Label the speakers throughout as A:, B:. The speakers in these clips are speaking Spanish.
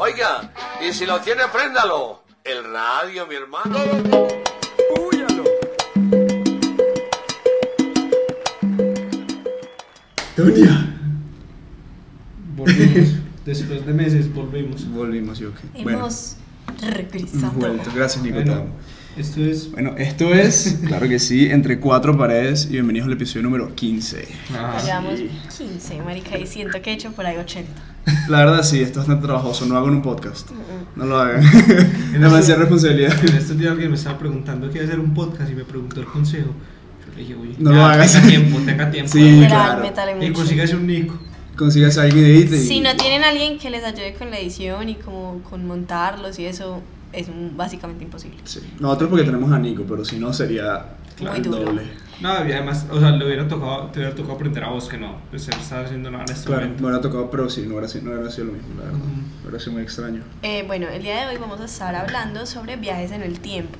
A: Oiga, y si lo tiene, préndalo. El radio, mi hermano.
B: Dunia.
C: Volvimos. Después de meses volvimos.
B: Volvimos, yo que. Bueno,
D: Hemos regresado.
B: vuelto. Gracias, Nico.
C: Bueno,
B: Tamo.
C: esto es.
B: Bueno, esto es, claro que sí, Entre Cuatro Paredes y bienvenidos al episodio número 15.
D: Ah, Llevamos 15, marica, y siento que he hecho por ahí 80.
B: La verdad, sí, esto es tan trabajoso. No hagan un podcast. No lo hagan. Es demasiada responsabilidad.
C: En estos días alguien me estaba preguntando qué hacer un podcast y me preguntó el consejo. Yo le dije, oye,
B: No lo
C: ya,
B: hagas.
C: Tenga tiempo, tenga tiempo.
B: Sí,
D: Literal,
B: claro.
D: métale
C: Y
D: mucho.
C: consígase un Nico.
B: Consigas a alguien y edite. y-
D: Si no tienen alguien que les ayude con la edición y como con montarlos y eso, es un- básicamente imposible.
B: Sí. Nosotros porque tenemos a Nico, pero si no sería
D: Muy
B: el
D: duro.
B: doble.
C: No, y además, o sea, le hubiera tocado, te hubiera tocado aprender a vos que no. Pues él estaba haciendo nada en este
B: Claro, me
C: momento.
B: hubiera tocado, pero sí, no hubiera sido, no hubiera sido lo mismo, la verdad.
C: Ujú.
B: Hubiera sido muy extraño.
D: Eh, bueno, el día de hoy vamos a estar hablando sobre viajes en el tiempo.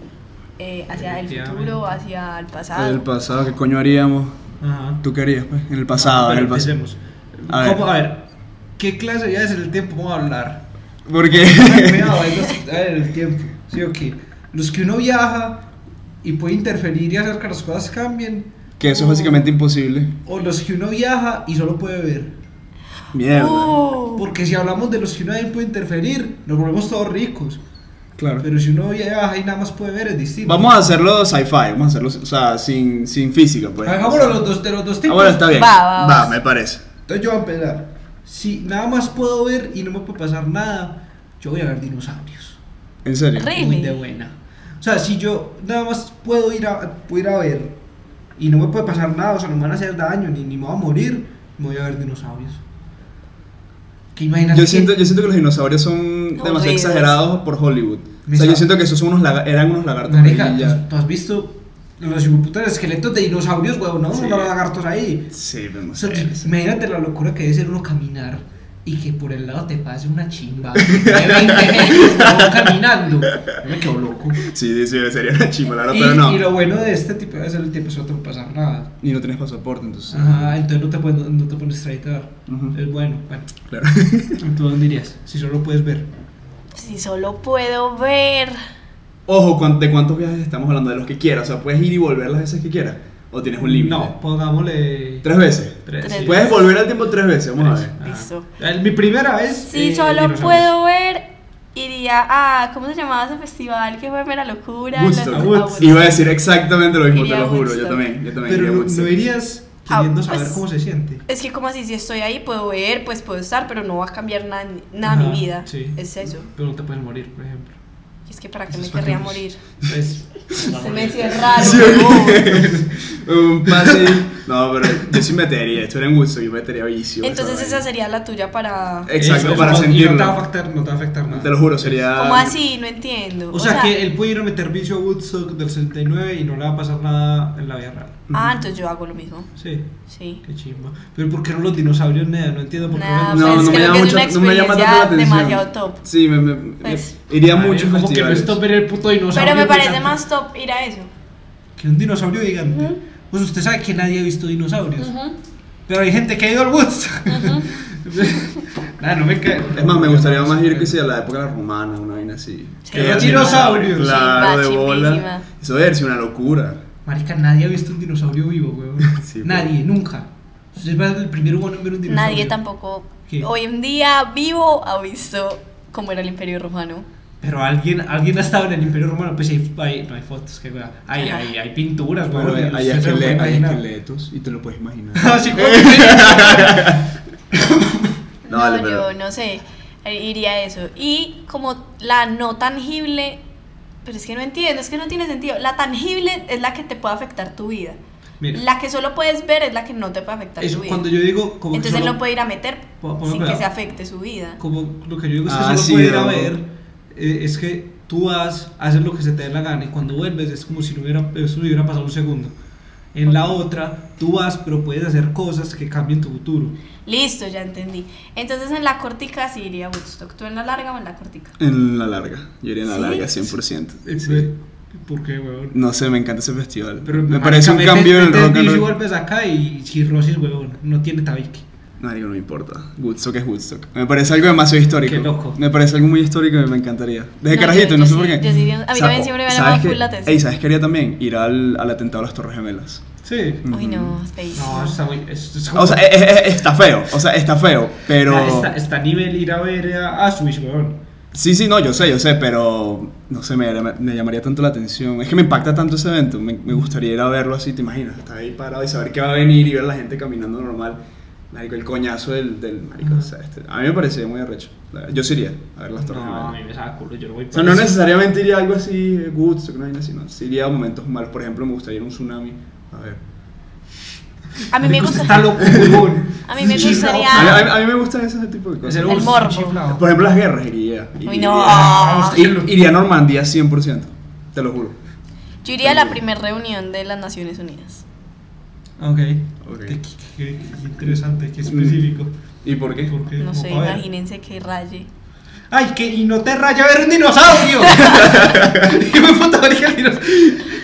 D: Eh, hacia el
C: Definitivamente.
D: futuro, hacia el pasado.
B: El pasado, ¿qué coño haríamos?
C: Ajá.
B: ¿Tú querías, pues? En el pasado,
C: Ah,
B: en
C: pero
B: el pasado.
C: empecemos.
B: A ver.
C: ¿Cómo? A ver, ¿qué clase de viajes en el tiempo vamos a hablar?
B: Porque.
C: Tengan cuidado, hay dos- a ver, el tiempo. Sí, ok. Los que uno viaja y puede interferir y hacer que las cosas cambien.
B: que eso
C: o-
B: es básicamente imposible.
C: O los que uno viaja y solo puede ver.
B: Mierda.
D: Uh,
C: Porque si hablamos de los que uno ahí puede interferir, nos volvemos todos ricos.
B: claro.
C: Pero si uno viaja y nada más puede ver, es distinto.
B: Vamos a hacerlo sci-fi, vamos a hacerlo, o sea, sin, sin física, pues.
C: Hagámoslo de los dos, de los dos
B: Ah,
C: tipos.
B: bueno, está bien.
D: Va, va,
B: va
D: va.
B: me parece.
C: Entonces yo voy a empezar. Si nada más puedo ver y no me puede pasar nada, yo voy a ver dinosaurios.
B: En serio.
D: Re-
C: Muy
D: Really?
C: de buena. O sea, si yo nada más puedo ir a, puedo ir a ver y no me puede pasar nada, o sea, no me van a hacer daño, ni, ni me voy a morir, me voy a ver dinosaurios. ¿Qué imaginas?
B: Yo
C: que-
B: siento, yo siento que los dinosaurios son
D: No,
B: demasiado
D: horribles.
B: exagerados por Hollywood. O sea,
C: Mis-
B: yo siento que esos son unos laga- eran unos lagartos.
C: Marica,
B: y ya.
C: ¿tú, tú has visto los hijueputas esqueletos de dinosaurios, huevón? No,
B: Sí.
C: unos lagartos ahí.
B: Sí, pero
C: O
B: no
C: sea,
B: sé.
C: tú- imagínate la locura que debe ser uno caminar y que por el lado te pase una chimba. De 20 metros, huevón, caminando. Yo me quedo loco.
B: Sí, sí, sí, sería una chimba, la verdad,
C: Y,
B: pero no.
C: y lo bueno de este tipo de hacer el tiempo es que no te va a pasar nada.
B: Y no tenés pasaporte, entonces.
C: Ajá, entonces no te puedes, no te pones traidor.
B: Ujú.
C: Es bueno, bueno.
B: Claro.
C: ¿Tú dónde irías? Si solo puedes ver.
D: si solo puedo ver.
B: Ojo, ¿cuán- ¿de cuántos viajes estamos hablando? De los que quieras. O sea, puedes ir y volver las veces que quieras. O tienes un límite.
C: No, pongámosle.
B: Tres veces.
D: Tres.
B: Puedes volver al tiempo tres veces, vamos
C: Tres.
B: a ver.
C: Ajá.
D: Listo.
C: El- Mi primera vez.
D: Si
C: eh,
D: solo
C: dinosaurios.
D: puedo ver, iría a. ¿Cómo se llamaba ese festival que fue mera locura?
B: Woodstock.
D: Los- a
C: Woodstock.
B: Iba a decir exactamente lo mismo,
D: Iría
B: te
D: a
B: lo juro. Yo
D: Woodstock.
B: también, yo también.
C: Pero
B: iría a
C: no,
B: Woodstock.
C: no irías
D: Ah,
C: queriendo saber
D: pues-
C: cómo se siente.
D: Es que, como así, si estoy ahí, puedo ver, pues puedo estar, pero no va a cambiar nada, nada
C: Ajá,
D: mi vida.
C: sí.
D: Es eso.
C: Pero no te puedes morir, por ejemplo.
D: Y es que, ¿para qué
B: Eso
D: me
B: es
D: querría
B: para
D: morir?
C: Pues,
D: Se me hacía raro.
B: Sí,
D: huevón.
B: Un pase. No, pero yo sí metería. Esto era en Woodstock, yo metería vicio.
D: Entonces, esa
B: vaina.
D: sería la tuya para.
B: Exacto,
C: eso,
B: para
C: no- y No te va a
B: sentirlo.
C: afectar, no te va a afectar nada.
B: Te lo juro, sería.
D: ¿Cómo así? No entiendo.
C: O sea, que él puede ir a meter vicio a Woodstock del 69 y no le va a pasar nada en la vida real.
D: Ah, entonces yo hago lo mismo.
C: Sí.
D: Sí.
C: Qué chimba. Pero ¿por qué no los dinosaurios, nada? No entiendo por qué los
D: Nah, pues,
B: No, no me,
D: creo
B: llama
D: que es
B: mucho,
D: una
B: no me llama tanto la
D: experiencia
B: atención.
D: demasiado top.
B: Sí, me, me- me-
D: Pues.
B: iría a
C: Ay,
B: muchos
C: como que no
B: festivales.
C: es top ver el puto dinosaurio.
D: Pero
B: pues,
D: me parece
C: gigante.
D: más top ir a eso.
C: Que un dinosaurio gigante.
D: Ujú.
C: Pues usted sabe que nadie ha visto dinosaurios. Pero hay gente que ha ido al Woods. Nah, no me cae.
B: Es más, me gustaría más ir que sea la época romana, una vaina así.
D: Sí.
B: Que
D: Los
B: al-
C: dinosaurios.
B: Claro, de
D: Chimba,
B: bola.
D: chimbísima.
B: Eso debe ser una locura.
C: Marica, nadie ha visto un dinosaurio vivo, weón.
B: Sí, pues.
C: nadie, nunca. Usted va a ser el primer humano en ver un dinosaurio.
D: Nadie tampoco
C: ¿Qué?
D: hoy en día vivo ha visto cómo era el Imperio Romano.
C: Pero alguien, alguien ha estado en el Imperio Romano. Pues hay, hay- no hay fotos, que weón. Hay, hay, hay pinturas,
B: Bueno,
C: weón.
B: hay,
C: Usted se lo
B: esquele-
C: puede
B: hay
C: imaginar. Ah,
B: esqueletos y te lo puedes imaginar.
C: Así como-
B: No,
D: No,
B: vale,
D: yo
B: pero-
D: no sé, eh, iría a eso. Y como la no tangible, pero es que no entiendo, es que no tiene sentido. La tangible es la que te puede afectar tu vida.
C: Mira.
D: La que solo puedes ver es la que no te puede afectar
C: Eso,
D: tu vida.
C: cuando yo digo como
D: Entonces
C: que solo-
D: él no puede ir a meter
C: Pon- ponme
D: sin que
C: cuidado.
D: se afecte su vida.
C: como lo que yo digo es que
B: Ah,
C: solo
B: sí,
C: puede ir a
B: bro.
C: ver eh, es que tú vas haces lo que se te dé la gana y cuando vuelves es como si no hubiera eso hubiera pasado un segundo en la otra tú vas pero puedes hacer cosas que cambien tu futuro
D: Listo, ya entendí. Entonces en la cortica sí iría a Woodstock. ¿Tú en la larga o en la cortica?
B: En la larga. Yo iría en la
D: ¿Sí?
B: larga, 100%.
C: Eh, ¿por qué weón?
B: No sé, me encanta ese festival.
C: Pero,
B: me
C: marica,
B: parece un
C: metes-
B: cambio en el
C: metes
B: rock and
C: bici y
B: roll.
C: vuelves acá y cirrosis weón no tiene tabique
B: Marico, no me importa. Woodstock es Woodstock. Me parece algo demasiado histórico.
C: Qué loco.
B: Me parece algo muy histórico y me encantaría. Desde
D: No,
B: carajito,
D: yo-
B: no
D: yo
B: sé
D: sí-
B: por qué.
D: yo sí- a mí también
B: Sapo.
D: siempre me
B: ¿Sabes
D: llamaba
B: qué?
D: full la atención.
B: Ey, ¿sabes qué haría también? Ir al, al atentado a las Torres Gemelas.
C: Sí.
D: Uy, no,
B: Ujú.
D: es feísimo.
C: Mm. No, eso está muy. es- es como-
B: O sea, eh, eh, eh, está feo. O sea, está feo. Pero.
C: Ah, Está, está a nivel ir a ver a Auschwitz, weón.
B: Sí, sí, no, yo sé, yo sé, pero no sé, me, me llamaría tanto la atención. Es que me impacta tanto ese evento. Me, me gustaría ir a verlo así, ¿te imaginas? Estar ahí parado y saber que va a venir y ver la gente caminando normal. Marico, el coñazo del, del marico.
C: Ajá.
B: o sea, este- a mí me parecía muy arrecho. la verdad. Yo sí iría a ver las torres.
C: No,
B: Gemelas.
C: a mí me saca culo, yo no voy
B: o sea, no necesariamente iría a algo así, eh, Woodstock, una vaina así, no. Sí iría a momentos malos. Por ejemplo, me gustaría ir a un tsunami. A ver.
D: A mí me gusta.
C: Está loco, weón.
D: A mí me
C: Chiflado.
D: gustaría-
B: A mí,
D: Ah.
B: a mí- a mí me gustan ese tipo de
C: Es
B: cosas.
C: el,
D: El morbo.
C: chiflado.
B: Por ejemplo, las guerras iría.
D: Uy, no.
B: Iría- ir- iría a Normandía 100%. Te lo juro.
D: Yo iría a la primera reunión de las Naciones Unidas.
C: Ok.
B: Ok.
C: Qué, qué- qué- qué interesante, qué específico.
B: ¿Y por qué?
C: Porque,
D: No
C: como
D: sé,
C: pa' ver.
D: imagínense que raye.
C: ¡Ay, que y no te raya ver un dinosaurio! ¡Qué me puta ver el dinosaurio!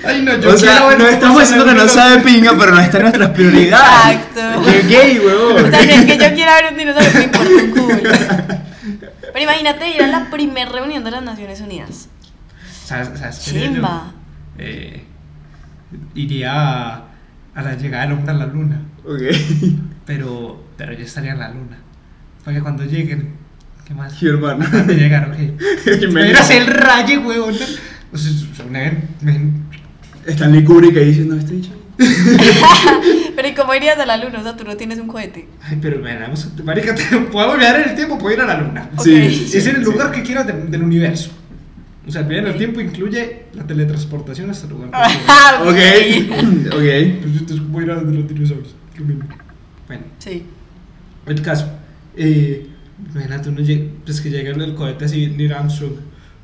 C: ¡Ay, no, yo
B: o sea,
C: quiero ver
B: no
C: cómo
B: estamos
C: se
B: diciendo que no
C: reúnen
B: sabe pinga, pero no está en nuestras prioridades.
D: Exacto.
B: Qué gay,
D: O sea,
B: huevón.
D: no es que yo quiera ver un dinosaurio, me importa un culo. Pero imagínate ir a la primera reunión de las Naciones Unidas.
C: los- ¿Sabes, sabes qué haría yo?
D: Chimba.
C: Eh, iría a, a la llegada del hombre a la luna,
B: Ok.
C: pero, pero yo estaría en la luna. Para que cuando lleguen, ¿qué más?
B: Sí, hermano.
C: ¿A dónde llegar, ok?
B: Y me-
C: Mira, el raye, huevón. O sea, es una- me-
B: Stanley Kubrick ahí diciendo, este dicho.
D: Pero ¿y cómo irías a la luna? O sea, tú no tienes un cohete.
C: Ay, pero me la vamos a- Marica, te- podemos viajar en el tiempo, puedo ir a la luna.
D: Ok.
C: es en el
B: sí.
C: lugar que quieras de- del universo. O sea, el viaje en el
D: Ok.
C: tiempo incluye la teletransportación hasta el lugar. que quieras.
D: Ah, ok.
B: Ok. ok.
C: Pues entonces, voy a ir a donde los dinosaurios. Lo mismo. Bueno,
D: Sí.
C: el caso. Eh, imagínate, uno llega, pues que llegue el cohete así, Neil Armstrong.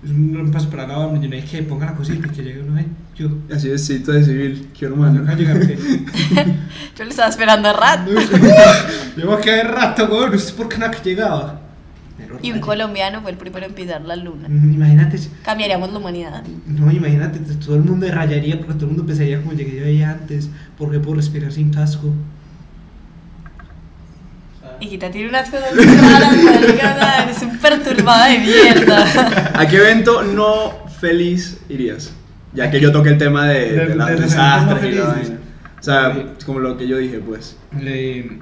C: Es un rompas para nada, yo no hay que ponga la cosita y que llegue uno ahí. Yo,
B: Así de cita de civil. Qué hermano.
C: acá llegar, ¿qué?
D: Yo lo estaba esperando a rat.
C: Llevo aquí el rato, weón. No sé por qué no que llegaba. Pero,
D: Y un
C: rayo.
D: colombiano fue el primero en pisar la luna.
C: Mm, Imagínate. si-
D: Cambiaríamos la humanidad.
C: No, imagínate, t- todo el mundo rayaría porque todo el mundo pensaría como llegué yo ahí antes, porque puedo respirar sin casco.
D: Y quita tiene unas cosas muy raras, marica, o sea, eres un perturbada de mierda.
B: ¿A qué evento no feliz irías? Ya que yo toqué el tema de, de,
C: De-
B: las
C: de- de-
B: desastres y la
C: felices.
B: vaina. O sea, como lo que yo dije, pues.
C: Le,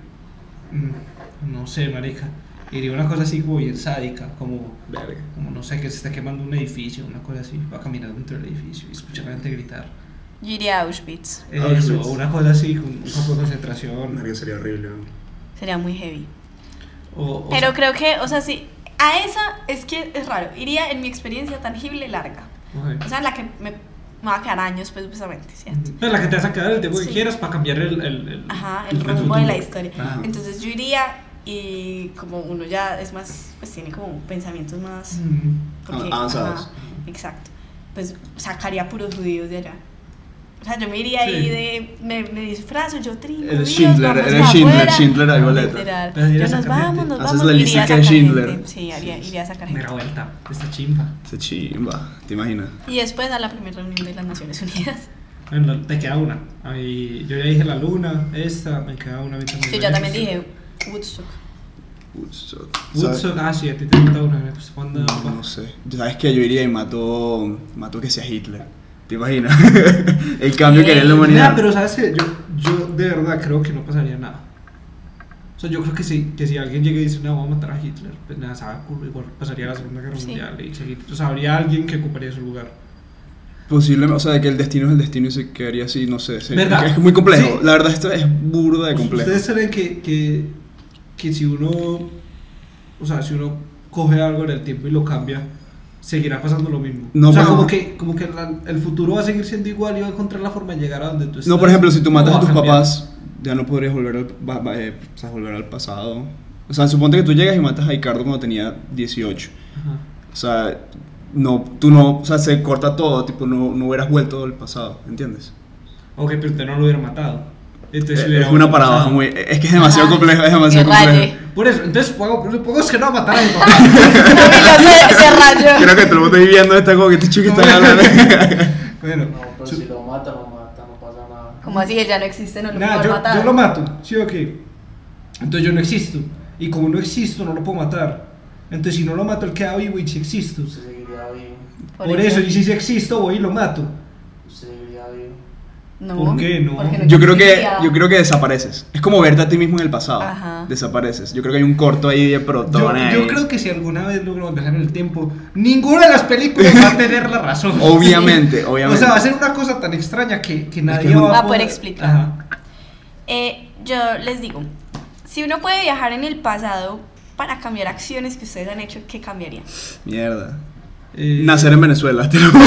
C: mm, no sé, marica, iría una cosa así como bien sádica, como,
B: Verga.
C: como no sé, que se está quemando un edificio, una cosa así, va caminando dentro del edificio y escucha a la gente gritar.
D: Yo iría a Auschwitz.
C: Eso,
B: Auschwitz.
C: o una cosa así, como un campo de concentración.
B: Marico, sería horrible. ¿no?
D: Sería muy heavy.
C: O, o-
D: Pero creo que, o sea, sí, a esa es que es raro. Iría en mi experiencia tangible larga.
C: Ok.
D: O sea, en la que me, me va a quedar años, pues, precisamente, ¿cierto?
C: No, la que te vas a quedar el tiempo
D: Sí.
C: que quieras para cambiar el, el, el,
D: Ajá, el rumbo de la
C: futuro.
D: historia.
B: Ajá.
D: Entonces yo iría y como uno ya es más, pues tiene como pensamientos más...
C: Mm.
D: porque-
B: Ah, Avanzados.
D: ajá, exacto. Pues sacaría puros judíos de allá. O sea, yo me iría
C: Sí.
D: ahí de... Me, me disfrazo, yo trinco.
B: El Schindler, era Schindler, Schindler al boleto.
D: Literal.
C: Pero iría
D: Yo
C: a
D: nos
C: sacar gente.
D: vamos, nos
B: Haces
D: vamos.
B: la
D: iría
B: lista
D: a
B: que
D: sacar
B: es
D: gente.
B: Schindler.
D: Sí, haría- iría a sacar gente.
C: Mera vuelta, esta chimba.
B: Se chimba. ¿Te imaginas?
D: Y después a la primera reunión de las Naciones Unidas.
C: Bueno, te queda una. A mí- yo ya dije la luna, esta, me queda una. a mí también
D: Que
C: me
D: yo
C: gusta.
D: también dije Woodstock.
B: Woodstock.
C: Woodstock, ah, sí, a ti te gusta una, pues, me gusta cuando.
B: No, no sé. Sabes que yo iría y mató, mató que sea Hitler. ¿Te imaginas? el cambio que haría en la
D: Nah,
B: humanidad.
C: Nah, pero sabes que yo, yo de verdad creo que no pasaría nada. O sea, yo creo que si, que si alguien llega y dice, no, vamos a matar a Hitler, pues nada, sabe, culo, igual pasaría la Segunda Guerra
D: Sí.
C: Mundial y seguir. O sea, habría alguien que ocuparía su lugar.
B: Posiblemente, o sea, que el destino es el destino y se quedaría así, no sé. sería-
C: ¿Verdad?
B: Es muy complejo.
C: Sí.
B: La verdad, esto es burda de
C: Pues,
B: complejo.
C: Ustedes saben que, que, que si uno, o sea, si uno coge algo en el tiempo y lo cambia, seguirá pasando lo mismo.
B: No,
C: o sea,
B: por
C: como
B: ejemplo-
C: que, como que la- el futuro va a seguir siendo igual y va a encontrar la forma de llegar a donde tú estás.
B: No, por ejemplo, si tú
C: No
B: matas
C: va
B: a tus
C: cambiar.
B: papás, ya no podrías volver al, va- va- eh, o sea, volver al pasado. O sea, suponte que tú llegas y matas a Ricardo cuando tenía 18.
C: Ajá.
B: O sea, no, tú no, o sea, se corta todo, tipo, no, no hubieras vuelto al pasado, ¿entiendes?
C: Ok, pero usted no lo hubiera matado. Entonces,
B: Eh,
C: hubiera
B: es una
C: pasado.
B: paradoja muy. Es que es demasiado
D: Ajá.
B: complejo, es demasiado
D: Ah, Que raye.
B: complejo.
C: Por eso, entonces supongo, supongo es que no va a matar a mi papá.
D: No, se, se rayó.
B: Creo que te lo estoy viendo esta como que este chico está hablando.
C: bueno,
E: No, pero
C: su-
E: si lo mata, lo mata, no pasa nada.
D: Como así, él ya no existe, no lo
C: nada,
D: puedo
C: yo,
D: matar.
C: yo lo mato. Sí, ok. Entonces yo no existo. Y como no existo, no lo puedo matar. Entonces si no lo mato, él queda vivo y si existo.
E: Usted seguiría vivo.
C: Por, eso, y si sí existo, voy y lo mato.
E: Usted seguiría vivo.
D: No,
C: ¿Por qué no?
D: porque
B: Yo creo, que,
D: existía.
B: yo creo que desapareces. Es como verte a ti mismo en el pasado.
D: Ajá.
B: Desapareces. Yo creo que hay un corto ahí de
C: Yo,
B: protones.
C: yo
B: ahí.
C: creo que si alguna vez logramos viajar en el tiempo, ninguna de las películas va a tener la razón.
B: Obviamente, obviamente.
C: O sea, va a ser una cosa tan extraña que, que nadie
B: es un-
C: va,
D: Va a poder explicar.
C: Ajá.
D: Eh, yo les digo, si uno puede viajar en el pasado para cambiar acciones que ustedes han hecho, ¿qué cambiarían?
B: Mierda.
C: Eh,
B: Nacer en Venezuela, te lo juro.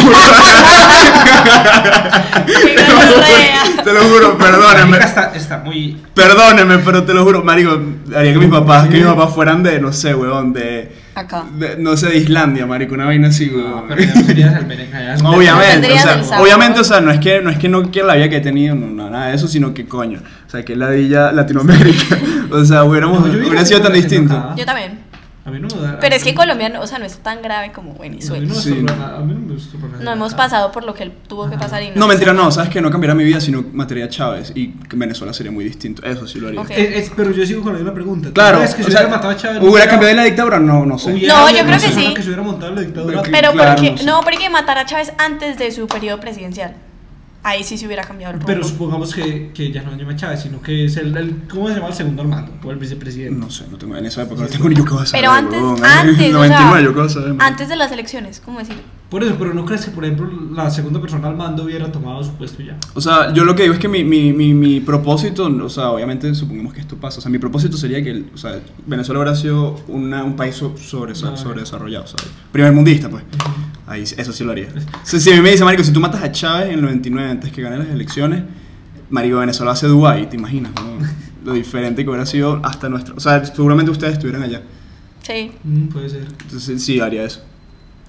D: Qué
B: te, lo juro
D: gonorrea.
B: te lo juro, perdóname.
C: Marica, Está, está muy.
B: Perdóneme, pero te lo juro, marico, haría que mis papás, que mis papás fueran de, no sé, weón, de,
D: Acá.
B: de- no sé, de Islandia, marico, una vaina así,
C: No,
B: weón.
C: Ah, pero ya no serías el berenjenal.
B: obviamente, o
D: Tendrías
B: sea,
D: el sabor.
B: obviamente, o sea, no es que, no es que no quiera la vida que he tenido, no, no, nada de eso, sino que coño, o sea, que ladilla Latinoamérica, o sea, hubiéramos,
C: No, yo diría
B: hubiera
C: que
B: sido tan
C: hubiera sido
B: distinto.
C: acá.
D: Yo también.
C: A mí no me da.
D: Pero es que Colombia, no- o sea, no es tan grave
C: A
D: como
C: mí
D: Venezuela.
C: no
B: Sí.
C: me sorprende nada, a mí no me sorprende
D: No
C: nada. Ah,
D: hemos pasado por lo que él tuvo que pasar y no.
B: No, mentira, no, sabes que no cambiaría mi vida, sino mataría a Chávez, y que Venezuela sería muy distinto, eso sí lo haría.
D: Ok.
C: Eh, eh, pero yo sigo con la misma pregunta. ¿Tú
B: Claro,
C: crees que
B: o
C: si
B: sea,
C: hubiera matado a Chávez?
B: ¿hubiera cambiado la dictadura? No, no sé.
C: hubiera-
D: No, yo creo
C: sé,
D: que sí.
C: se hubiera montado la dictadura.
B: Pero-
D: Pero
B: Claro,
D: porque,
B: no sé.
D: no, porque matar a Chávez antes de su periodo presidencial. Ahí sí se hubiera cambiado el rumbo.
C: Pero supongamos que, que ya no se llama Chávez, sino que es el, el- ¿cómo se llama el segundo armando? O el vicepresidente.
B: No sé, no tengo, en esa época no tengo ni yo qué vas a saber,
D: Pero antes,
B: huevón, ¿eh?
D: antes, o sea,
B: 99, yo qué vas a saber, marico.
D: antes de las elecciones, ¿cómo decir?
C: Por eso, pero ¿no crees que, por ejemplo, la segunda persona al mando hubiera tomado su puesto ya?
B: O sea, yo lo que digo es que mi, mi, mi, mi propósito, o sea, obviamente supongamos que esto pasa, o sea, mi propósito sería que el- o sea, Venezuela hubiera sido una, un país so- sobre,
C: Vale.
B: sobredesarrollado, ¿sabes? Primer mundista, pues. Ahí, sí- eso sí lo haría. Si, si a mí me dice, Marico, si tú matas a Chávez en el 99 antes que gane las elecciones, Marico, Venezuela hace Dubái, ¿te imaginas? no? Lo diferente que hubiera sido hasta nuestro... O sea, seguramente ustedes estuvieran allá.
D: Sí.
C: Mm, puede ser.
B: Entonces sí, haría eso.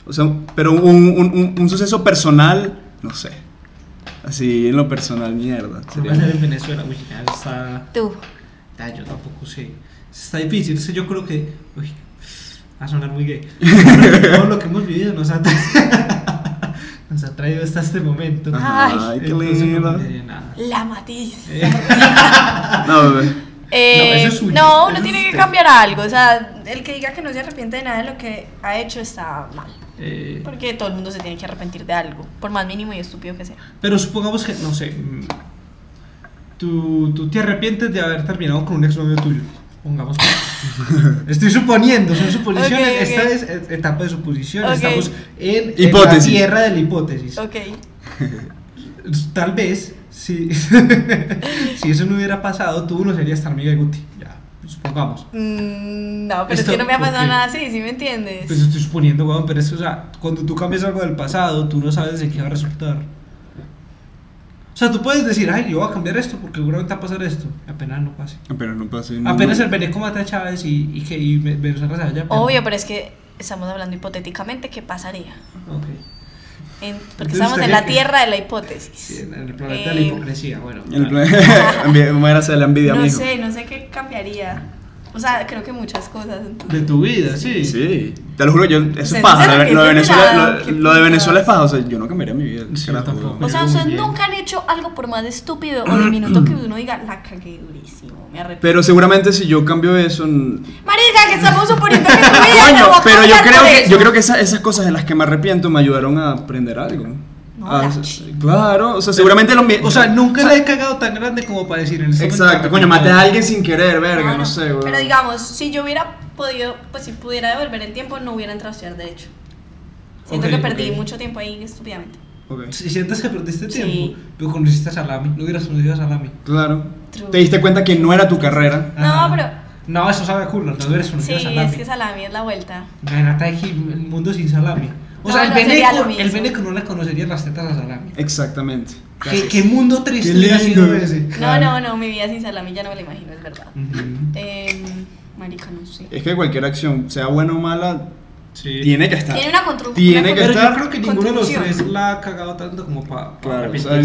B: O sea, pero un, un, un- un suceso personal, no sé. Así, en lo personal, mierda.
C: Se
B: sería-
C: va a ser en Venezuela, uy, ya está...
D: Tú.
C: ya, yo tampoco sé. Está difícil, es que yo creo que... Uy, va a sonar muy gay. Todo lo que hemos vivido nos ha, tra- nos ha traído hasta este momento.
B: Ajá, Ay, qué
C: Entonces, no
B: lindo.
C: cambiaría nada.
D: La matiz.
C: Eh,
B: No, bebé.
D: Eh,
C: eso es suyo,
D: no,
C: eso
D: uno
C: es
D: tiene que
C: usted.
D: cambiar algo. O sea, el que diga que no se arrepiente de nada de lo que ha hecho está mal.
C: eh,
D: Porque todo el mundo se tiene que arrepentir de algo, por más mínimo y estúpido que sea.
C: Pero supongamos que, no sé, mm, tú, tú te arrepientes de haber terminado con un exnovio tuyo. Pongamos. que- Estoy suponiendo, son suposiciones.
D: Ok, ok.
C: Esta es eh, etapa de suposición.
D: Ok.
C: Estamos en, en
B: Hipótesis.
C: la tierra de la hipótesis.
D: Ok.
C: Tal vez, si, si eso no hubiera pasado, tú no serías tan amiga de Guti. Ya, pues supongamos.
D: Mm, no, pero
C: Esto-
D: es que no me ha pasado
C: ok.
D: nada así, ¿sí me entiendes?
C: Pues estoy suponiendo, weón, pero eso, o sea, cuando tú cambias algo del pasado, tú no sabes de qué va a resultar. O sea, tú puedes decir, ay, yo voy a cambiar esto porque seguramente va a pasar esto. Y Apenas no pase.
B: Pero no pasa nada.
C: Apenas el Beneco mata a Chávez y, y que y Ve- Venezuela se vaya.
D: Obvio, pero es que estamos hablando hipotéticamente qué pasaría.
C: Ok.
D: En- porque
C: Entonces,
D: estamos en
C: estaría
D: la
C: que-
D: tierra de la
C: Sí,
D: hipótesis.
C: en el planeta de la
D: Eh,
C: hipocresía, bueno.
B: El
C: claro.
B: plan- Muera hacia la envidia,
D: No
B: amigo.
D: sé, no sé qué cambiaría. O sea, creo que muchas cosas. entonces-
C: De tu vida, sí.
B: Sí, te lo juro, yo, eso es
D: Ustedes
B: paja.
D: saben
B: Lo,
D: que
B: de- lo de
D: tienen
B: Venezuela,
D: algo
B: lo,
D: que
B: lo de Venezuela es
D: pintar.
B: paja. O sea, yo no cambiaría mi vida.
C: Sí, yo
B: carajo,
C: tampoco.
B: weón.
D: O sea,
C: Muy
D: ustedes
C: bien.
D: nunca han hecho algo por más estúpido o diminuto que uno diga, la cagué durísimo, me arrepiento.
B: Pero seguramente si yo cambio eso. n-
D: Marica, que estamos suponiendo que tu vida
B: Coño,
D: no va a
B: pero yo
D: cambiar
B: creo
D: por
B: que,
D: eso.
B: yo creo que esa- esas cosas de las que me arrepiento me ayudaron a aprender algo.
D: No,
B: Ah,
D: la
B: s-
D: chi-
B: claro, o sea, seguramente lo mi-
C: O sea, nunca la he cagado tan grande como para decir en este momento
B: Exacto, coño, maté a alguien sin querer,
D: No,
B: verga, no,
D: no.
B: sé, weón.
D: Pero digamos, si yo hubiera podido, pues si pudiera devolver el tiempo, no hubiera entrado a estudiar Derecho. Siento
C: Ok,
D: que perdí
C: ok.
D: mucho tiempo ahí estúpidamente.
B: Ok.
C: Si sientes que perdiste
D: Sí.
C: tiempo, pero conociste a Salami, no hubieras conocido a Salami.
B: Claro.
D: True.
B: Te diste cuenta que no era tu carrera.
D: No,
C: Ajá.
D: pero-
C: No, eso sabe a culo, no hubieras
D: Sí,
C: conocido a Salami.
D: es que salami es la vuelta.
C: Renata aquí, el mundo sin salami. O
D: No,
C: sea, el
D: no sería
C: Beneco,
D: lo mismo.
C: el Beneco no le conocería las tetas a salami.
B: Exactamente.
C: ¿Qué, qué mundo triste
B: Qué
C: hubiera
B: lindo.
C: sido ese.
D: No,
C: Claro.
D: no, no, mi vida sin salami ya no me la imagino, es verdad.
C: Ujú.
D: Eh, marica, no sé.
B: Es que cualquier acción, sea buena o mala,
C: Sí.
B: tiene que estar.
D: Tiene una construcción.
B: Tiene que
C: Pero
B: estar
C: yo creo que ninguno de los
D: contribución.
C: tres la ha cagado tanto como para
B: Claro, o sea,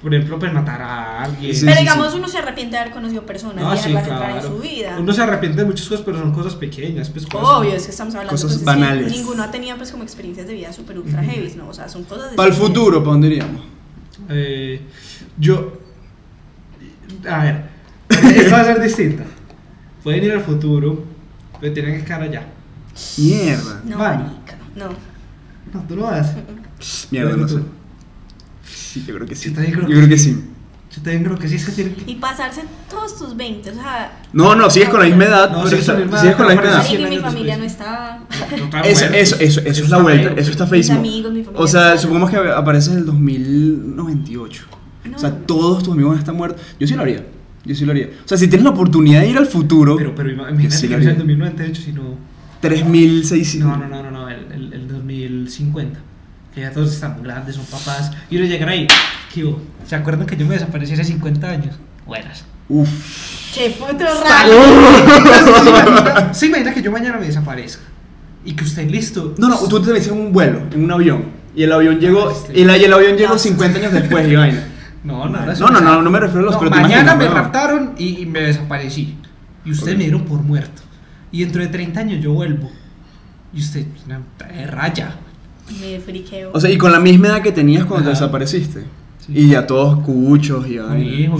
C: Por ejemplo, pues matar a alguien.
B: Sí,
D: Pero
B: sí,
D: digamos,
B: sí.
D: uno se arrepiente de haber conocido personas
C: No,
D: y
C: sí,
D: dejarlas entrar en
C: claro.
D: su vida.
C: Uno se arrepiente de muchas cosas, pero son cosas pequeñas. Pues, cosas-
D: Obvio, es que estamos hablando
B: Cosas
D: que
B: banales.
D: ninguno ha tenido pues como experiencias de vida super ultra heavy, ¿no? O sea, son cosas de
B: Para el futuro, ¿para dónde iríamos?
C: Eh, yo. A ver. Esta va a ser distinta. pueden ir al futuro, pero tienen que estar allá.
B: Mierda.
D: No,
C: Vale.
D: marica, no.
C: No, tú lo haces.
B: Mierda,
C: Bueno,
B: no sé.
C: tú.
B: Sí, yo creo que sí.
C: Yo también
B: Yo
C: creo
B: creo
C: que
B: que
C: sí.
B: sí.
C: Yo también creo que sí es que tienen que.
D: Y pasarse todos tus 20, o sea.
B: No, no, sigues con la misma edad.
C: No,
B: pero
C: sigues
B: está-
C: con la misma
B: sigues con la
C: edad,
B: misma edad.
D: marica, y
C: cien
D: mi
C: años
D: familia
C: después.
D: no
C: Ah,
D: estaba.
B: Eso, eso, eso, eso es la vuelta, eso está feísimo.
D: amigos, mi familia
B: O sea,
D: está-
B: supongamos que apareces en el 2098.
D: Ah, No.
B: O sea, todos tus amigos están muertos. Yo sí lo haría. Yo sí lo haría. O sea, si tienes la oportunidad de ir al futuro,
C: Pero, pero ima-
B: Yo sí
C: imagínate que
B: lo
C: no sea el
B: haría.
C: 2098, sino.
B: 3600.
C: No, no, no, no, no, el, el, el 2050. Que ya todos están grandes, son papás. Y uno llegará ahí. ¿Qué hubo? ¿Se acuerdan que yo me desaparecí hace 50 años? Buenas.
B: Uf.
D: Qué puto raro.
C: ¿Se imagina, se imagina que yo mañana me desaparezca? Y que usted listo.
B: No, no, tú te metiste en un vuelo, en un avión. Y el avión
C: Ah,
B: llegó,
C: este.
B: y la- y el avión llegó 50 años después, y vaina.
C: No, no,
B: No, no, no, no me refiero a los, pero te
C: Mañana
B: imaginas,
C: me
B: ¿no?
C: raptaron y, y me desaparecí. Y ustedes
B: Ok.
C: me dieron por muerto. Y dentro de 30 años yo vuelvo. Y usted, una trae raya.
D: Me friqueo.
B: O sea, y con la misma edad que tenías cuando te
C: Ajá.
B: desapareciste.
C: Sí.
B: Y ya todos cuchos y
C: Mi
B: vaina.
C: hijo.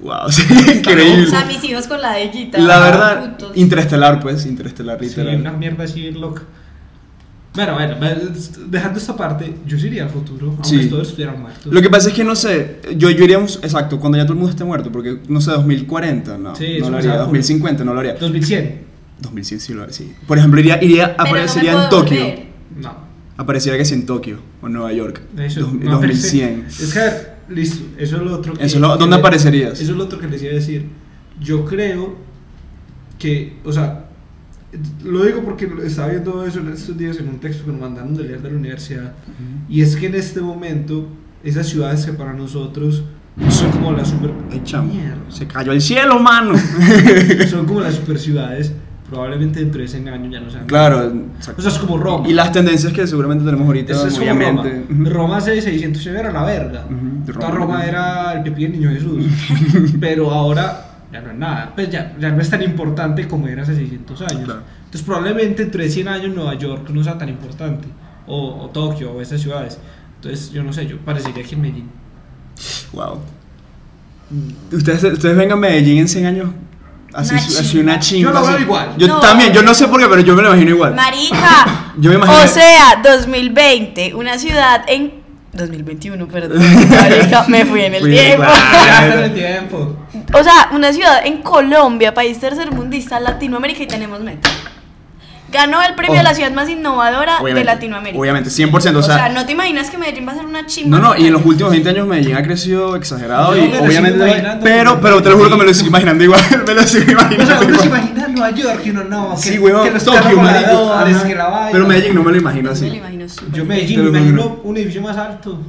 B: Wow, sí, increíble.
D: O sea, mis hijos con la de Gita.
B: La verdad,
D: putos.
B: interestelar, pues, interestelar,
C: Sí, una
B: literal.
C: mierda así bien loca. Bueno, bueno, dejando esta parte, yo sí iría al futuro, aunque
B: Sí.
C: todos estuvieran muertos.
B: Lo que pasa es que no sé, yo, yo iría, un- exacto, cuando ya todo el mundo esté muerto, porque no sé, 2040, no,
C: Sí, eso
B: no lo
C: me
B: haría,
C: sabe
B: 2050, no lo haría,
C: 2100.
B: 2100 sí lo haría, sí. Por ejemplo, iría, iría
D: Pero no me
B: aparecería
D: puedo
B: en Tokio,
D: volver.
C: No.
B: aparecería que sí en Tokio, o en Nueva York,
C: Eso,
B: dos-
C: no aparece.
B: 2100.
C: Es que, a ver, listo, eso es lo otro que...
B: Eso es lo-
C: que
B: ¿dónde
C: le-
B: aparecerías?
C: Eso es lo otro que les iba a decir. Yo creo que, o sea, lo digo porque lo- estaba viendo eso en estos días en un texto que nos mandaron de leer de la universidad, y es que en este momento, esas ciudades que para nosotros son como las super...
B: Ay, chamo,
C: Mierda.
B: se cayó el cielo, mano.
C: son como las super ciudades, probablemente dentro de ese año ya no sean...
B: claro,
C: O
B: exacto.
C: sea, es como Roma.
B: Y las tendencias que seguramente tenemos ahorita,
C: Eso es como Roma.
B: obviamente. Ujú.
C: Roma hace 600 años era la verga.
B: Ujú, de
C: Toda
B: Roma.
C: Roma era el pepí del niño Jesús. Pero ahora ya no es nada. Pues ya, ya no es tan importante como era hace 600 años.
B: Claro.
C: Entonces probablemente entre 100 años Nueva York no sea tan importante. O, o Tokio o esas ciudades. Entonces yo no sé, yo parecería que en Medellín.
B: Wow. Ustedes, ustedes vengan a Medellín en 100 años. Así,
D: Una
B: así
D: chimba.
B: una chimba.
C: Yo lo veo
B: así.
C: igual.
B: Yo
D: No.
B: también, yo no sé por qué, pero yo me lo imagino igual.
D: Marica.
B: Yo me imagino-
D: O sea, 2020, una ciudad en 2021, perdón. Marica, me fui en el
B: Fui en el
D: tiempo.
B: cuadro.
C: Ya está en el tiempo.
D: o sea, una ciudad en Colombia, país tercermundista, Latinoamérica y tenemos meta. Ganó el premio
B: Oh.
D: a la ciudad más innovadora de Latinoamérica.
B: Obviamente, 100%.
D: O
B: O
D: sea,
B: sea,
D: no te imaginas que Medellín va a ser una chimba.
B: no, no, y en los últimos 20 años Medellín ha crecido exagerado.
C: Yo
B: y
C: me lo
B: obviamente.
C: sigo imaginando
B: Pero,
C: como
B: pero te lo juro que me lo
C: Medellín.
B: sigo imaginando igual. Me lo sigo
C: O sea,
B: imaginando
C: uno se
B: igual.
C: imagina Nueva York y uno no. Que,
B: Sí, weón.
C: que los carros
B: Tokio, marico.
C: voladores,
B: ajá.
C: que la vaina.
B: Pero Medellín no me lo imagino
D: Me lo
B: así.
D: imagino súper
C: Yo
D: bien.
C: Medellín
B: Te
C: me
B: lo
C: imagino
B: juro.
C: un edificio más alto.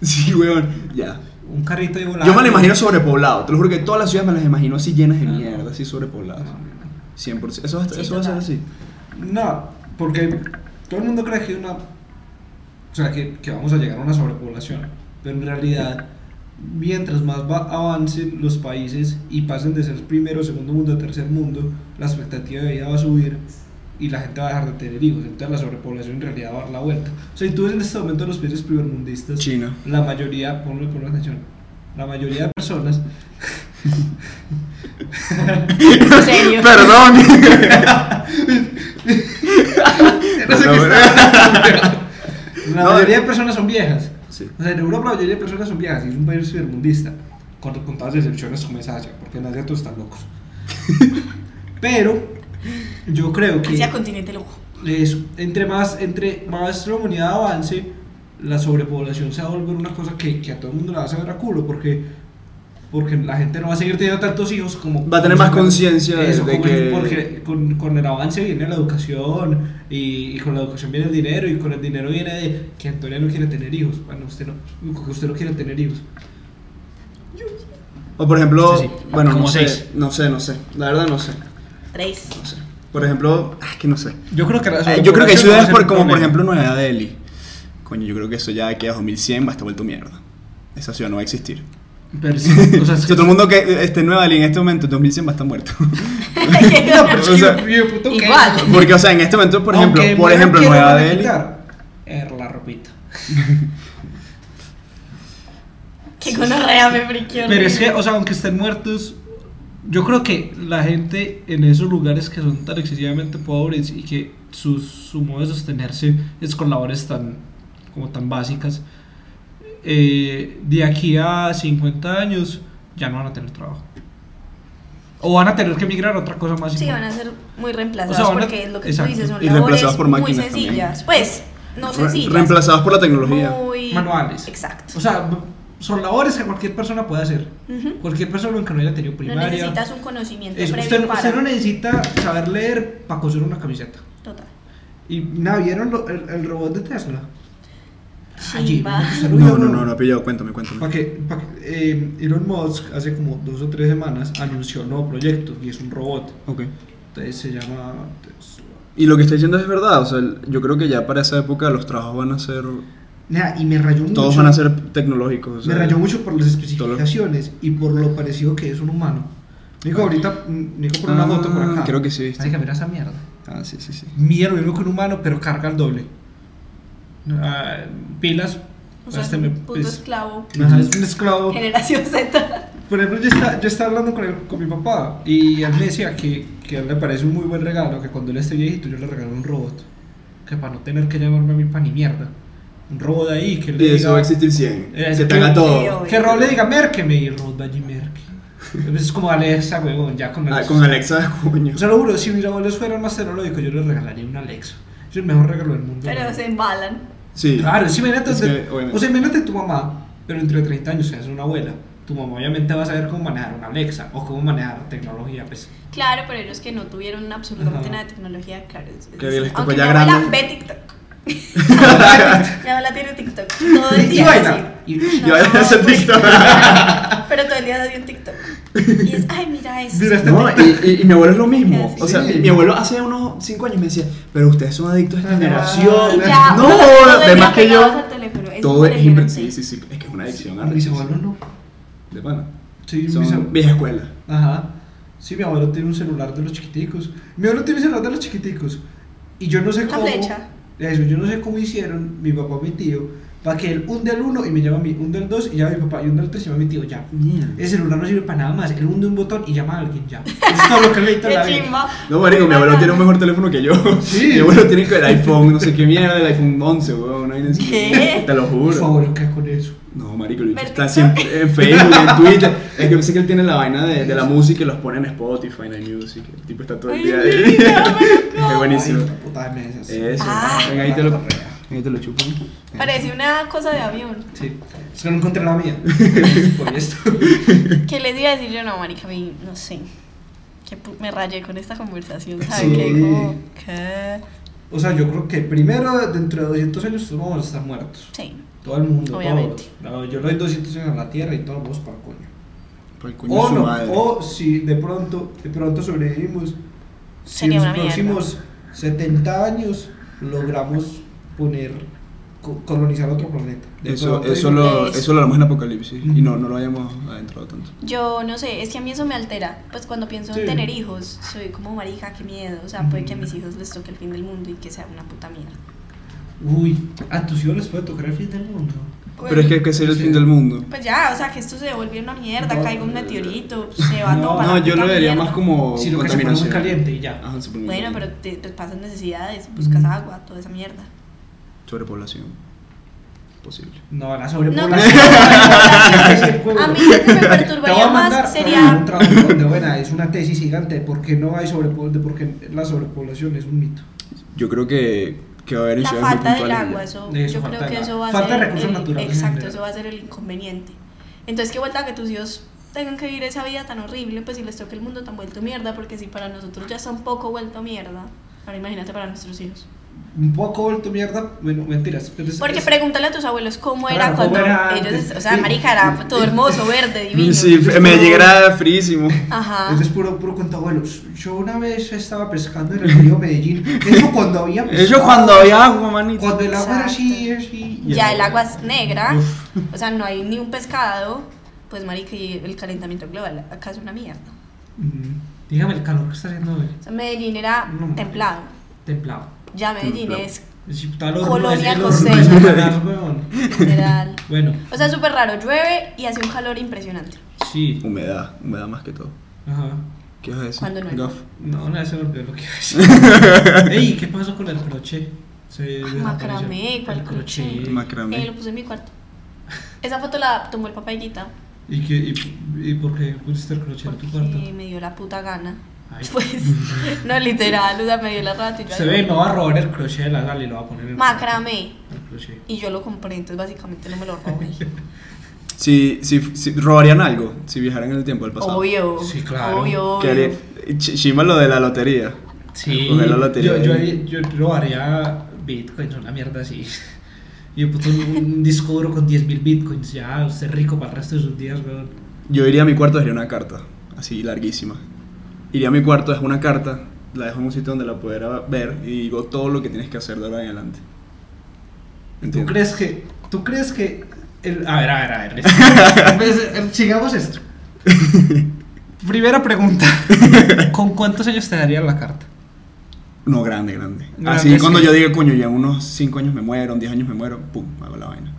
B: Sí, weón. Ya.
C: Un carrito de volando.
B: Yo me lo imagino sobrepoblado. Te lo juro que todas las ciudades me las imagino así llenas de mierda, así sobrepobladas. 100%. Eso, va a estar-
D: Sí,
B: eso va a ser
D: total.
B: así.
C: No, porque todo el mundo cree que una. O sea, que, que vamos a llegar a una sobrepoblación. Pero en realidad, mientras más va- avancen los países y pasen de ser primero, segundo mundo, a tercer mundo, la expectativa de vida va a subir y la gente va a dejar de tener hijos. Entonces la sobrepoblación en realidad va a dar la vuelta. O sea, y tú ves en este momento los países primermundistas.
B: China.
C: La mayoría, ponle, ponle atención. La mayoría de personas.
D: En serio.
B: Perdón.
C: No sé qué está- La
B: No,
C: mayoría de personas son viejas.
B: Sí.
C: O sea, en Europa la mayoría de personas son viejas y es un país cibermundista. Con contadas excepciones como es Asia, porque en Asia todos están locos. Pero yo creo que
D: Asia continente loco.
C: eso, entre más entre más la humanidad avance, la sobrepoblación se va a volver una cosa que, que a todo el mundo le va a saber a culo, porque, porque la gente no va a seguir teniendo tantos hijos como...
B: Va a tener más conciencia de-
C: Eso,
B: de
C: como el-
B: que-
C: Porque con, con el avance viene la educación, y, y con la educación viene el dinero, y con el dinero viene de que Antonia no quiere tener hijos. Bueno, usted no, que usted no quiere tener hijos.
B: O por ejemplo,
C: Sí, sí.
B: bueno, no
C: Como
B: sé,
C: seis.
B: no sé, no sé. La verdad no sé,
D: Tres.
B: no sé. Por ejemplo, ah, es que no sé.
C: Ah, Yo creo que,
B: Eh, yo creo que hay ciudades por- como por ejemplo Nueva Delhi. Coño, yo creo que eso ya de aquí a 2100 va a estar vuelto mierda. Esa ciudad no va a existir.
C: o sea,
B: O
C: es
B: sea,
C: que-
B: todo el mundo que eh, esté en Nueva Delhi en este momento, en 2100 va a estar muerto.
C: No, pero es que
B: O sea,
C: yo- yo de puto que-
D: igual.
B: Porque, o sea, en este momento, por ejemplo,
C: Aunque
B: por
C: me
B: ejemplo,
C: quieran
B: Nueva Delhi.
C: quitar, eh, la ropita.
D: Que gonorrea me friqueó.
C: Pero es que, o sea, aunque estén muertos, Yo creo que la gente en esos lugares que son tan excesivamente pobres y que su, su modo de sostenerse es con labores tan, como tan básicas, eh, de aquí a 50 años ya no van a tener trabajo. O van a tener que emigrar a otra cosa más.
D: Sí, van
C: importante.
D: a ser muy reemplazadas
C: O sea, van a-
D: porque es lo que
C: exacto.
D: tú dices, son
B: Y
D: labores
B: reemplazadas por
D: muy
B: máquinas también.
D: sencillas. Pues, no
B: Re-
D: sencillas.
B: Reemplazados por la tecnología.
D: Muy
C: Manuales.
D: Exacto.
C: O sea, son labores que cualquier persona puede hacer.
D: Ujú.
C: Cualquier persona que no haya tenido
D: No
C: primaria.
D: necesitas un conocimiento
C: Eso,
D: previo
C: usted,
D: para...
C: usted no necesita saber leer para coser una camiseta.
D: Total.
C: Y nada, ¿vieron lo- el, el robot de Tesla?
D: Chimba.
C: usted lo vio,
B: No, no, no, no, pillado, cuéntame,
C: Pa'
B: cuéntame.
C: que, pa' que, eh, Elon Musk hace como dos o tres semanas anunció un nuevo proyecto y es un robot.
B: Ok.
C: Entonces se llama Tesla.
B: Y lo que está diciendo es verdad, o sea, el- yo creo que ya para esa época los trabajos van a ser,
C: Nada, y me rayó mucho.
B: todos van a ser tecnológicos. o sea,
C: me rayó mucho por las
B: todo lo-
C: especificaciones y por lo parecido que es un humano. Nico, ahorita, mm, Nico, por una
B: Ah,
C: foto por acá.
B: creo que sí.
C: Hay que mirar esa mierda.
B: Ah, sí, sí, sí.
C: Mira, lo mismo que un humano, pero carga el doble. Ah, pilas.
D: O sea, es
C: este me-
D: un puto
C: es-
D: esclavo.
C: Ajá, es un esclavo.
D: Generación Z.
C: Por ejemplo, yo estaba, yo estaba hablando con, él- con mi papá y él me decía que, que a él le parece un muy buen regalo, que cuando él esté viejito yo le regalo un robot. Que para no tener que llamarme a mí pa' ni mierda. Un robot ahí que le
B: Y eso
C: diga...
B: va a existir 100.
C: Eh,
B: que
C: sí,
B: te haga
C: sí,
B: todo.
C: Que el robot le diga merqueme y el robot va allí merque. Es como Alexa, huevón, ya con
B: Ah,
C: Alexa.
B: con Alexa, coño.
C: O sea, lo juro, si mis abuelos fueran más tecnológicos yo les regalaría un Alexa. Es el mejor regalo del mundo.
D: Pero se embalan.
B: Sí.
C: Claro, sí, imagínate,
B: Es
C: de-
B: que, obviamente.
C: o sea, imagínate tu mamá, pero entre 30 años es una abuela. Tu mamá obviamente va a saber cómo manejar una Alexa o cómo manejar tecnología, pues.
D: Claro, pero ellos que no tuvieron absolutamente
C: Ajá.
D: nada de tecnología, claro. es- es-
B: Que bien les tocó
D: Aunque
B: ya
D: mi abuela
B: grande.
D: ve TikTok. Mi abuela tiene TikTok. Todo el
C: Y
D: día.
C: vaina.
D: así.
C: Y
B: Yo voy a hacer
D: pues,
B: TikTok.
D: Pero todo el día hace un TikTok. Y es, ay, mira eso.
C: Mira este
B: No, y, y- y mi abuelo es lo mismo.
D: Sí.
B: O sea, mi abuelo hace unos 5 años me decía, pero ustedes son adictos a esta
C: Ah,
B: generación.
D: Ya,
B: no,
D: uno todo el día
B: además que
D: pegados
B: yo.
D: al teléfono, es
B: Todo es impre- Sí,
D: impresionante.
B: sí, sí. Es que es una adicción.
C: mis
B: arrechísima.
C: abuelos no.
B: De pana.
C: Sí, mis
B: Son
C: abuelos-
B: vieja escuela.
C: Ajá. Sí, mi abuelo tiene un celular de los chiquiticos. Mi abuelo tiene un celular de los chiquiticos. Y yo no sé
D: Una
C: cómo.
D: flecha.
C: Eso, yo no sé cómo hicieron mi papá y mi tío para que él hunde el uno y me llama a mí, hunde el dos y llama a mi papá y hunde el tres y llama a mi tío, ya. El celular no sirve para nada más. Él hunde un botón y llama a alguien, ya. Eso es todo lo que le necesita la
D: Qué
C: vida.
D: chimba.
B: No, marico, mi abuelo tiene un mejor teléfono que yo.
C: Sí.
B: Mi abuelo tiene el iPhone, no sé qué mierda, el iPhone 11, weón. una vaina así.
D: ¿Qué?
B: Te lo
C: Por
B: juro.
C: favor, ¿qué con eso?
B: No, marico, el bicho
D: Pero
B: está
D: TikTok.
B: siempre en Facebook, en Twitter. Es que pensé que él tiene la vaina de, de la música y los pone en Spotify, en iMusic. El tipo está todo el
D: Ay,
B: día
D: mira,
B: ahí.
D: marico.
B: Es buenísimo.
C: Ay, puta de mesas.
B: Eso.
D: Ah.
B: Venga, ahí te lo, ahí te lo chupo.
D: Parece una cosa de avión.
C: Sí. Es que no encontré la mía. Por esto.
D: ¿Qué les iba a decir yo? No, marica, a mí, no sé. Que pu- me rayé con esta conversación, ¿saben
C: Sí.
D: qué? Como, ¿qué?
C: O sea, yo creo que primero, dentro de 200 años, todos vamos a estar muertos.
D: Sí.
C: Todo el mundo,
D: Obviamente.
C: todos. No, yo le doy 200 años a la Tierra y todos vamos para el coño.
B: Eh, Por el coño de
C: O,
B: su
C: Oh, no,
B: madre.
C: o si de pronto, de pronto sobrevivimos, si
D: Sería
C: en los
D: una mierda.
C: próximos 70 años logramos poner, co- colonizar otro planeta. De
B: Eso,
C: pronto,
B: eso,
C: y-
B: lo,
D: Eso.
B: eso lo hablamos en Apocalipsis y no, no lo hayamos adentrado tanto.
D: Yo no sé, es que a mí eso me altera. Pues cuando pienso
C: Sí.
D: en tener hijos, soy como marica, qué miedo. O sea, puede que a mis hijos les toque el fin del mundo y que sea una puta mierda.
C: Uy, a tus hijos les puede tocar el fin del mundo.
B: Pero es que hay que ser el fin del mundo.
D: Pues ya, o sea, que esto se vuelve una mierda,
C: No.
D: caiga un meteorito, se va
C: No,
D: todo para
B: No,
D: la
B: yo
D: puta
B: lo vería
D: mierda.
B: más como
C: Sino que se pone muy
B: contaminación. Ah.
C: caliente y ya.
B: Ajá, se pone muy
D: Bueno, pero
B: caliente.
D: te, te pasan necesidades, buscas
C: Ujú.
D: agua, toda esa mierda.
B: Sobrepoblación. Posible.
C: No, la
D: No,
C: sobrepoblación.
D: pero a mí lo que me
C: Te voy
D: perturbaría
C: a mandar
D: más sería
C: un trabajo donde, bueno, es una tesis gigante de por qué no hay sobrepoblación, de por qué la sobrepoblación es un mito.
B: Yo creo que, que va a haber en
D: la
B: ciudades muy
D: falta del
B: puntuales y
D: agua,
B: ya.
D: eso,
C: De eso,
D: yo
C: falta
D: creo que
C: del
D: eso
C: agua.
D: va a
C: Falta de
D: ser
C: recursos
D: el-
C: naturales en
D: exacto,
C: general.
D: eso va a ser el inconveniente. Entonces, qué vuelta que tus hijos tengan que vivir esa vida tan horrible, pues si les toca el mundo tan vuelto mierda, porque si para nosotros ya está un poco vuelto mierda, ahora imagínate para nuestros hijos.
C: Un poco vuelto mierda, bueno, mentiras. Pero es-
D: Porque
C: es-
D: pregúntale a tus abuelos cómo era
C: Claro, ¿cómo
D: cuando
C: era
D: ellos,
C: antes?
D: o sea, marica era todo hermoso, verde, divino.
B: Sí, me llegará frísimo.
D: Ajá.
C: Entonces, puro, puro cuento, bueno, yo una vez estaba pescando en el río Medellín. Eso cuando había
B: Eso
C: pescado,
B: cuando había agua, manito.
C: Cuando el agua era
D: Exacto.
C: así, así. y
D: ya el agua es negra, o sea, no hay ni un pescado, pues marica, y el calentamiento global acá es una mierda.
C: Mm, Dígame el calor que está haciendo hoy.
D: O sea, Medellín era
C: No.
D: templado,
C: Templado.
D: ya Medellín
B: Templado.
D: es
C: Si está el horno,
D: Colonia
C: el horno,
D: costeña.
C: es el calor, weón.
D: literal.
C: Bueno,
D: O sea, súper raro, llueve y hace un calor impresionante.
C: sí.
B: Humedad, humedad más que todo.
C: Ajá.
B: ¿Qué vas a decir?
D: Cuando no hay-
B: Gaf.
C: No, nada, se me olvidó lo que iba a decir. Ey, ¿qué pasó con el crochet? Se desapareció.
D: Macramé, ¿cuál
C: El crochet?
D: crochet?
B: Macramé.
D: Eh, lo puse en mi cuarto. Esa foto la tomó el papá de Guita
C: ¿Y, qué, y, ¿Y por qué pusiste el crochet en tu cuarto?
D: porque me dio la puta gana.
C: Ay.
D: Pues, no literal, o sea, me dio la rata y yo.
C: Se
D: ahí-
C: ve, no va a robar el crochet de la sala y lo va a poner en el
D: Macramé.
C: El crochet.
D: Y yo lo compré, entonces básicamente no me lo robé.
B: Si, si, si- robarían algo si viajaran en el tiempo del pasado.
D: Obvio.
C: Sí, claro.
D: Obvio,
B: ¿Qué
D: obvio.
B: haría? Ch- Chimba lo de la lotería.
C: Sí,
B: Coger la lotería
C: yo, yo,
B: ahí.
C: yo robaría bitcoins, una mierda así. Yo puto un, un disco duro con 10.000 bitcoins, ya, usted es rico para el resto de sus días, weón.
B: Yo iría a mi cuarto, dejaría una carta, así larguísima. Iría a mi cuarto, dejo una carta, la dejo en un sitio donde la pudiera ver y digo todo lo que tienes que hacer de ahora en adelante.
C: ¿Tú
B: ¿Entiendes?
C: crees que.? ¿Tú crees que.? el- a ver, a ver, a ver. es- em, Sigamos esto. Primera pregunta: ¿Con cuántos años te darían la carta?
B: No, grande, grande.
C: Grande,
B: Así cuando
C: sí.
B: yo digo, coño, ya en unos 5 años me muero, en 10 años me muero, pum, hago la vaina.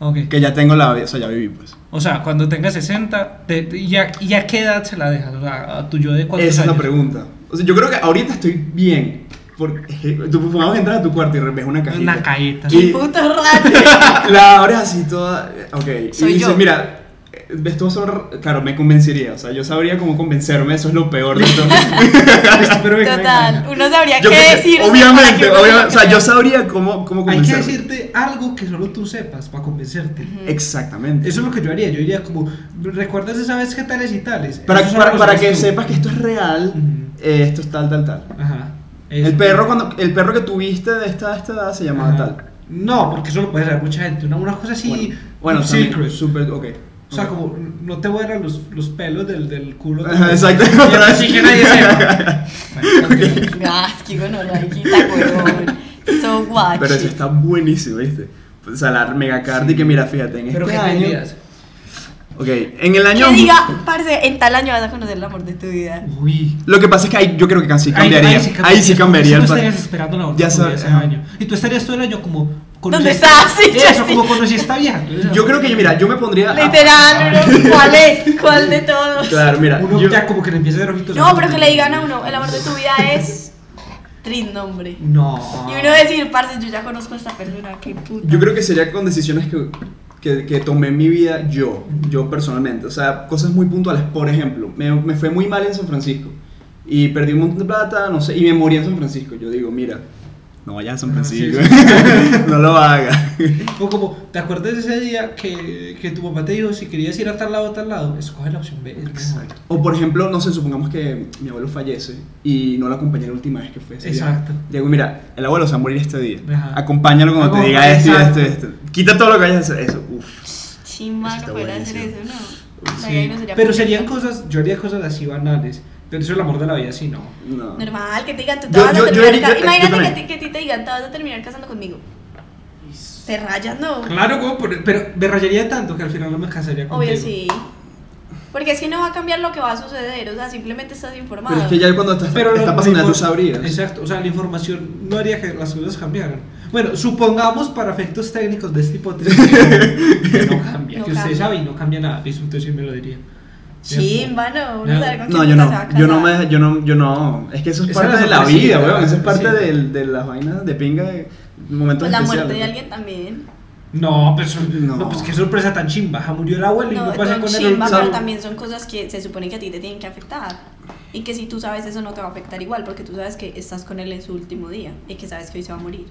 C: Ok.
B: Que ya tengo la vida, o sea, ya viví pues.
C: O sea, cuando tengas 60, te- te- ¿y a, y a qué edad se la dejas? O sea, a tu yo de cuántos
B: Esa es la
C: años?
B: pregunta. O sea, yo creo que ahorita estoy bien. Porque tú vamos a entrar a tu cuarto y ves una cajita.
C: Una cajita.
D: ¡Qué
B: Y-
D: puto rato!
B: La abres así toda. Ok.
D: Soy
B: y dices,
D: yo.
B: mira, eh, ves todo eso. r- Claro, me convencería. O sea, yo sabría cómo convencerme. Eso es lo peor de todo.
C: Pero venga, venga,
D: Total,
C: venga.
D: uno sabría
B: Yo
D: qué
B: pensé,
D: decir.
B: Obviamente, obviamente. O sea, yo sabría cómo, cómo
C: Hay que
B: convencerme.
C: decirte algo que solo tú sepas para convencerte.
D: Mm.
B: Exactamente.
C: Eso es lo que yo haría. Yo diría como, ¿recuerdas esa vez que tales y tales?
B: para
C: Eso solo
B: para,
C: lo
B: para
C: sabes
B: que
C: tú.
B: sepas que esto es real,
C: Ujú.
B: eh, esto es tal, tal, tal.
C: Ajá.
B: El
C: Eso.
B: perro, cuando, el perro que tuviste de esta, esta edad se llamaba
C: Ajá.
B: tal.
C: No, porque eso lo puede saber mucha gente. Una, una cosa así.
B: Bueno,
C: secret.
B: también, super, ok.
C: O sea,
B: Ok.
C: como no te vuelan los, los pelos del, del culo.
B: Ajá, exacto. Otra vez.
C: Así que nadie sepa. Bueno, continuemos.
D: Gas, qué gonorrea, Guita, huevón. So guachi.
B: Pero eso está buenísimo, ¿viste? O sea, la mega carta y que mira, fíjate, en
C: Pero
B: este
C: ¿qué te
B: año.
C: dirías?
B: Ok, en el año.
D: Que diga, parce, en tal año vas a conocer el amor de tu vida.
C: Uy.
B: Lo que pasa es que ahí yo creo que casi cambiaría. Ahí sí cambiaría, el
C: Tú no
B: pa-
C: estarías esperando la
B: Ya
C: oportunidad
B: sabes,
C: ese
B: ajá.
C: año. Y tú estarías todo el año como. conociste-
D: ¿Dónde estás? Sí, yo
C: Eso,
D: sí.
C: como conociste a vieja.
B: Yo creo que, mira, yo me pondría. a-
D: Literal, uno, ¿cuál es? ¿Cuál de todos?
B: Ah. Claro, mira.
C: Uno
B: yo-
C: ya como que le empieza a dar ojitos.
D: No, pero que le digan a uno, el amor de tu vida es trin nombre. Y
C: No.
D: uno decir, parce, yo ya conozco a esta persona, qué puta.
B: Ah. Yo creo que sería con decisiones que, que, que tomé en mi vida yo, yo personalmente. O sea, cosas muy puntuales. Por ejemplo, me, me fue muy mal en San Francisco. Y perdí un montón de plata, no sé, y me morí en San Francisco. Yo digo, mira, no vayas a San
C: Ah, sí,
B: Francisco. no lo hagas.
C: O como, ¿te acuerdas de ese día que, que tu papá te dijo si querías ir a tal lado o tal lado? Escoge la opción B. es mejor.
B: O por ejemplo, no sé, supongamos que mi abuelo fallece y no lo acompañé la última vez que fue. ese día.
C: Exacto.
B: Digo, mira, el abuelo se va a morir este día.
C: Ajá.
B: Acompáñalo cuando te
C: Acom-
B: diga esto y esto
C: Exacto.
B: y esto. Quita todo lo que vayas a hacer. Eso, uff.
D: Chimba,
B: Eso
D: no
B: está
D: poder hacer
B: buenísimo.
D: eso, no. La
C: Sí.
D: vida ahí no sería
C: pero
D: perfecta.
C: serían cosas, yo haría cosas así banales. Pero eso es el amor de la vida, sí, no.
B: No.
D: Normal, que te digan, tú te
B: Yo-
D: vas
B: yo-
D: a
B: yo
D: terminar
B: haría-
D: ca-
B: yo-
D: Imagínate que a
B: explícame.
D: ti- que a ti te digan, te vas a terminar casando conmigo. Te rayas, no.
C: Claro, como, por- pero me rayaría tanto que al final no me casaría contigo.
D: Obvio, sí. Porque es que no va a cambiar lo que va a suceder, o sea, simplemente estás informado.
B: Pero es que ya cuando estás,
C: Pero
B: está
C: lo-
B: pasando,
C: la
B: ya tú
C: infor-
B: sabrías.
C: Exacto, o sea, la información no haría que las cosas cambiaran. Bueno, supongamos para efectos técnicos de esta hipótesis que no, que no cambia,
D: No
C: que usted
D: cambia.
C: sabe y no cambia nada. Eso usted sí me lo diría.
D: Chimba, no. uno
C: No.
D: sabe con
B: No,
D: quién
B: yo
D: puta
B: no,
D: se va a
B: yo no
D: casar.
B: me, yo no, yo no, es que eso es
C: Esa
B: parte
C: es la
B: de la
C: sorpresita,
B: vida, weón, eso es parte
C: sí.
B: del- de, las vainas de pinga de momentos
D: Pues la
B: especiales.
D: muerte de alguien también.
C: No, pues, no.
B: No.
C: pues qué sorpresa tan chimba. Ja, murió el abuelo y no,
D: No,
C: pasa
D: no
C: con el
D: chimba,
C: otro.
D: pero también son cosas que se supone que a ti te tienen que afectar. Y que si tú sabes eso no te va a afectar igual, porque tú sabes que estás con él en su último día y que sabes que hoy se va a morir.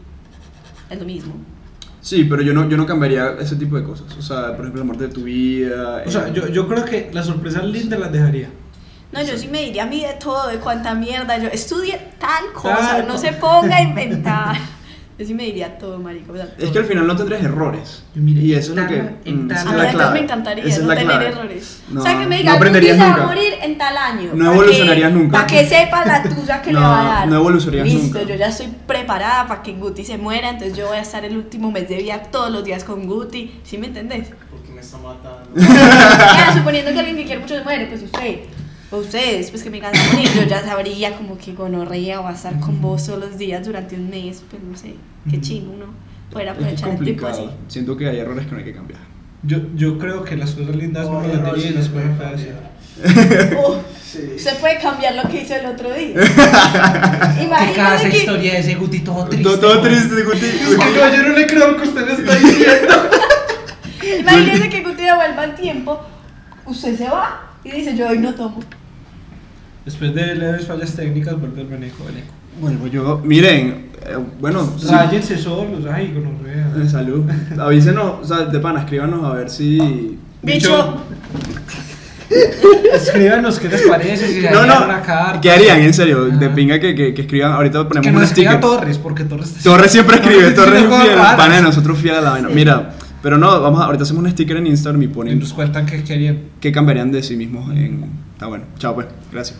D: Es lo mismo.
B: Sí, pero yo no, yo no cambiaría ese tipo de cosas, o sea, por ejemplo, la muerte de tu vida.
C: O sea,
B: eh,
C: yo, yo creo que las sorpresas lindas las dejaría.
D: No, yo sí me diría a mí de todo, de cuánta mierda. Yo estudie tal cosa,
C: Tal
D: no
C: co-
D: se ponga a inventar. Yo sí me diría todo, marico. o sea,
B: Es que al final no tendrías errores.
C: Yo miré
B: y eso es lo que.
C: tal- en
B: mm,
C: tal-
B: esa
D: A
B: es
D: mí
B: la
C: Ahora,
D: entonces
B: clave.
D: me encantaría
B: Esa es
D: no
B: la
D: tener
B: clave.
D: errores.
B: No,
D: o sea, que me
B: no
D: digan, no
B: aprenderías
D: va a
B: nunca.
D: morir en tal año.
B: No evolucionarías nunca.
D: Para que sepa la tuya que le
B: No,
D: va a dar.
B: no evolucionarías
D: Listo,
B: nunca.
D: yo ya estoy preparada para que Guti se muera, entonces yo voy a estar el último mes de vida todos los días con Guti. ¿Sí me entendés?
E: Porque me está matando.
D: Ya, suponiendo que alguien que quiere mucho se muere, pues usted. O ustedes, pues que me cansan morir, yo ya sabría como que gonorrea va a estar con vos todos los días durante un mes, pues no sé, qué chingo, ¿no? Poder
B: Es que es
D: aprovechar el tiempo así.
B: complicado. Siento que hay errores que no hay que cambiar.
C: Yo, yo creo que las cosas lindas no
E: Oye,
C: las
E: Rosy,
C: diría y las
E: se
C: cosas
E: puede
C: feas. sí.
E: cambiar.
D: Oh,
E: Sí.
D: usted puede cambiar lo que hizo el otro día.
F: Que cada
D: Imagínese que.
F: historia de ese Guti todo triste.
B: Todo, todo triste, Guti. Guti.
C: Oiga, yo no le creo lo que usted me está diciendo.
D: Imagínese que usted vuelva al tiempo, usted se va y dice, yo hoy no tomo.
C: Después de leves fallas técnicas, vuelve el manejo del eco.
B: Vuelvo yo. Miren, eh, bueno. sí.
C: Ráyense solos, ay, con los
B: Eh, Salud. Avísenos, o sea, de pana, escríbanos a ver si.
D: Bicho.
C: Escríbanos qué les parece, si le
B: No,
C: harían una carta.
B: no. ¿Qué harían? En serio, de
C: Ajá.
B: pinga que, que, que escriban. Ahorita ponemos
C: Que nos
B: un sticker.
C: escriba Torres, porque Torres está-
B: Torres siempre escribe, Torres es
C: diciendo
B: fiel.
C: cosas
B: Pana de
C: raras.
B: nosotros fiel a la vaina. Mira, pero no, vamos a, ahorita hacemos un sticker en Instagram y
C: Y
B: ponen
C: nos cuentan qué querían.
B: qué cambiarían de sí mismos en. Está bueno. Chao, pues. Gracias.